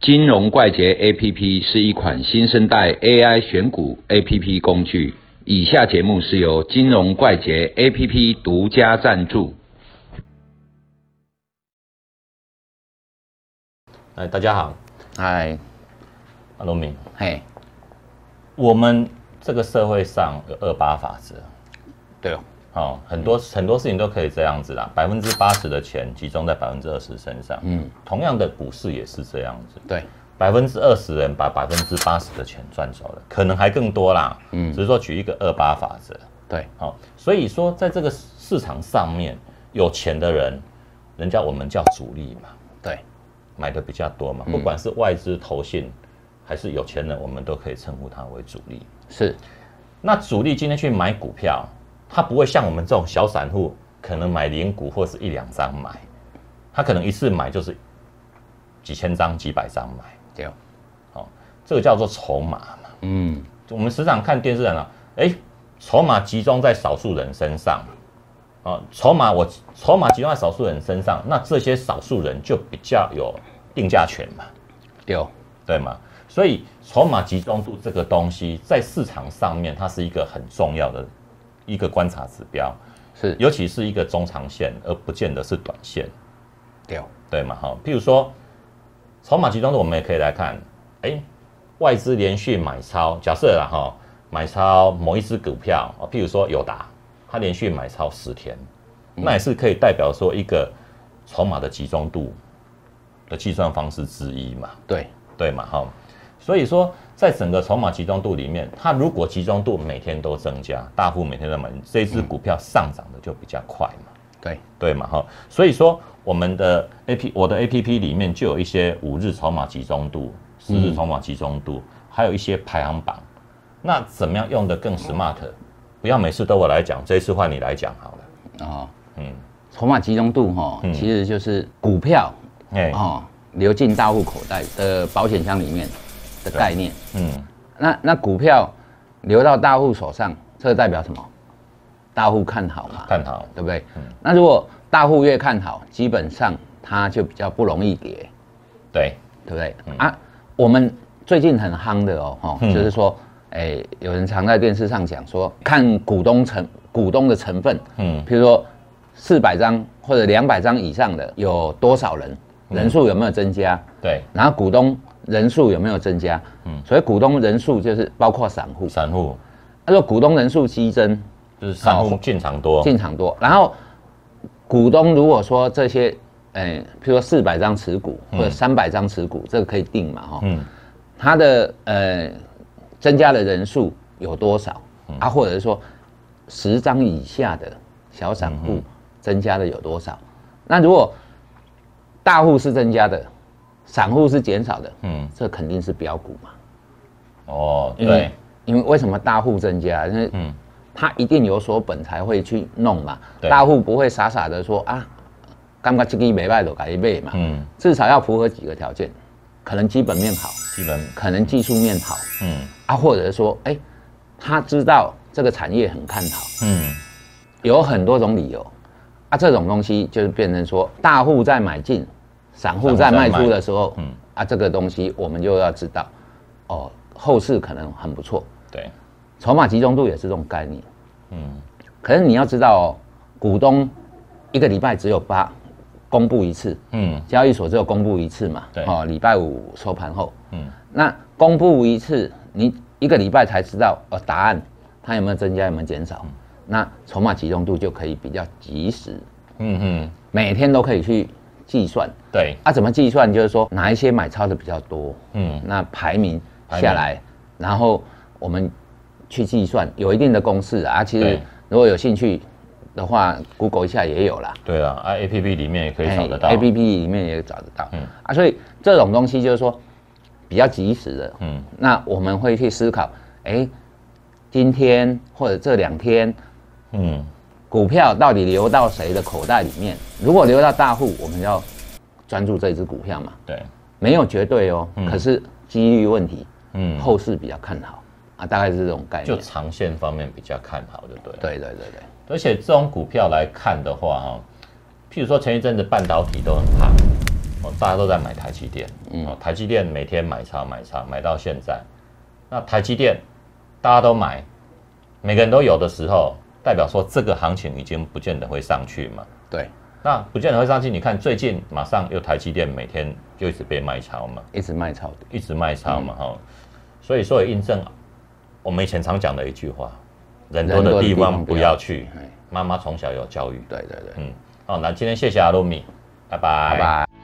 金融怪杰 APP 是一款新生代 AI 选股 APP 工具。以下节目是由金融怪杰 APP 独家赞助。哎，大家好，哎，阿罗明，嘿，我们这个社会上有二八法则，对哦，哦，很多、很多事情都可以这样子啦，百分之八十的钱集中在百分之二十身上，嗯，同样的股市也是这样子，对，百分之二十人把百分之八十的钱赚走了，可能还更多啦，嗯，只是说举一个二八法则，对，好、所以说在这个市场上面，有钱的人，人家我们叫主力嘛，对，买的比较多嘛，不管是外资、投信，还是有钱人，我们都可以称呼他为主力。是，那主力今天去买股票，他不会像我们这种小散户，可能买零股或是一两张买，他可能一次买就是几千张、几百张买，对哦，这个叫做筹码嘛。嗯，我们时常看电视人啊，哎，筹码集中在少数人身上，啊，筹码我筹码集中在少数人身上，那这些少数人就比较有定价权嘛。对哦，对吗？所以筹码集中度这个东西在市场上面，它是一个很重要的一个观察指标，是，尤其是一个中长线，而不见得是短线，对哦，对吗？哈，譬如说筹码集中度，我们也可以来看，哎，外资连续买超，假设啦哈，买超某一只股票，哦譬如说友达，它连续买超十天，那也是可以代表说一个筹码的集中度的计算方式之一嘛。对，对嘛哈、所以说在整个筹码集中度里面，它如果集中度每天都增加，大户每天都买，这只股票上涨的就比较快嘛，对，对嘛哈、所以说我们的 A P 我的 A P P 里面就有一些五日筹码集中度、十日筹码集中度，还有一些排行榜。那怎么样用的更 smart？不要每次都我来讲，这一次换你来讲好了。哦，嗯，筹码集中度哈、嗯其实就是股票哎、哦流进大户口袋的保险箱里面的概念。嗯，那那股票流到大户手上，这代表什么？大户看好嘛，看嗯好，对不对？那如果大户越看好，基本上它就比较不容易跌。对，对不对？啊，我们最近很夯的哦，哈、嗯就是说，哎，有人常在电视上讲说，看股东成股东的成分，嗯，比如说四百张或者两百张以上的有多少人，人数有没有增加，对，然后股东人数有没有增加？嗯，所以股东人数就是包括散户，散户他说股东人数激增，就是散户进场多，进场多，然后股东如果说这些。哎，譬如说四百张持股或者三百张持股，这个可以定嘛？哈、嗯，它的呃增加的人数有多少、嗯啊，或者是说十张以下的小散嗯户增加的有多少？那如果大户是增加的，散户是减少的，嗯，这肯定是标股嘛？哦，因对为。因为为什么大户增加？因为嗯他一定有所本才会去弄嘛。对大户不会傻傻的说啊，刚刚这个没卖就改卖嘛，嗯，至少要符合几个条件，可能基本面好，基本，可能技术面好，嗯啊，或者说，哎、他知道这个产业很看好，嗯，有很多种理由，啊，这种东西就是变成说，大户在买进，散户在卖出的时候，嗯啊，这个东西我们就要知道，哦，后市可能很不错，对，筹码集中度也是这种概念，嗯可是你要知道哦，股东一个礼拜只有八公布一次，嗯交易所只有公布一次嘛，对哦，礼拜五收盘后，嗯，那公布一次，你一个礼拜才知道呃答案，它有没有增加，有没有减少，那筹码集中度就可以比较及时，嗯嗯，每天都可以去计算。对，啊，怎么计算？就是说哪一些买超的比较多，嗯那排名下来，然后我们去计算，有一定的公式啊。啊其实对如果有兴趣的话，Google 一下也有啦。对了，啊，A P P 里面也可以找得到哎 A P P 里面也找得到。嗯啊，所以这种东西就是说比较及时的。嗯那我们会去思考，哎，今天或者这两天嗯，股票到底流到谁的口袋里面？如果流到大户，我们要专注这只股票嘛，对，没有绝对哦，可是几率问题，嗯，后市比较看好啊，大概是这种概就念。长线方面比较看好，就对了。对对对对，而且这种股票来看的话，哈，譬如说前一阵子半导体都很夯，哦，大家都在买台积电，哦，台积电每天买超买超，买到现在，那台积电大家都买，每个人都有的时候，代表说这个行情已经不见得会上去嘛。对，那不见得会上去，你看最近马上又台积电每天就一直被卖超嘛，一直卖超的，一直卖超嘛哈、齁所以说也印证我们以前常讲的一句话：人多人多的的地地方方不不要要去哎。妈妈从小有教育，对对对，嗯，好，那今天谢谢阿露米，拜拜拜拜。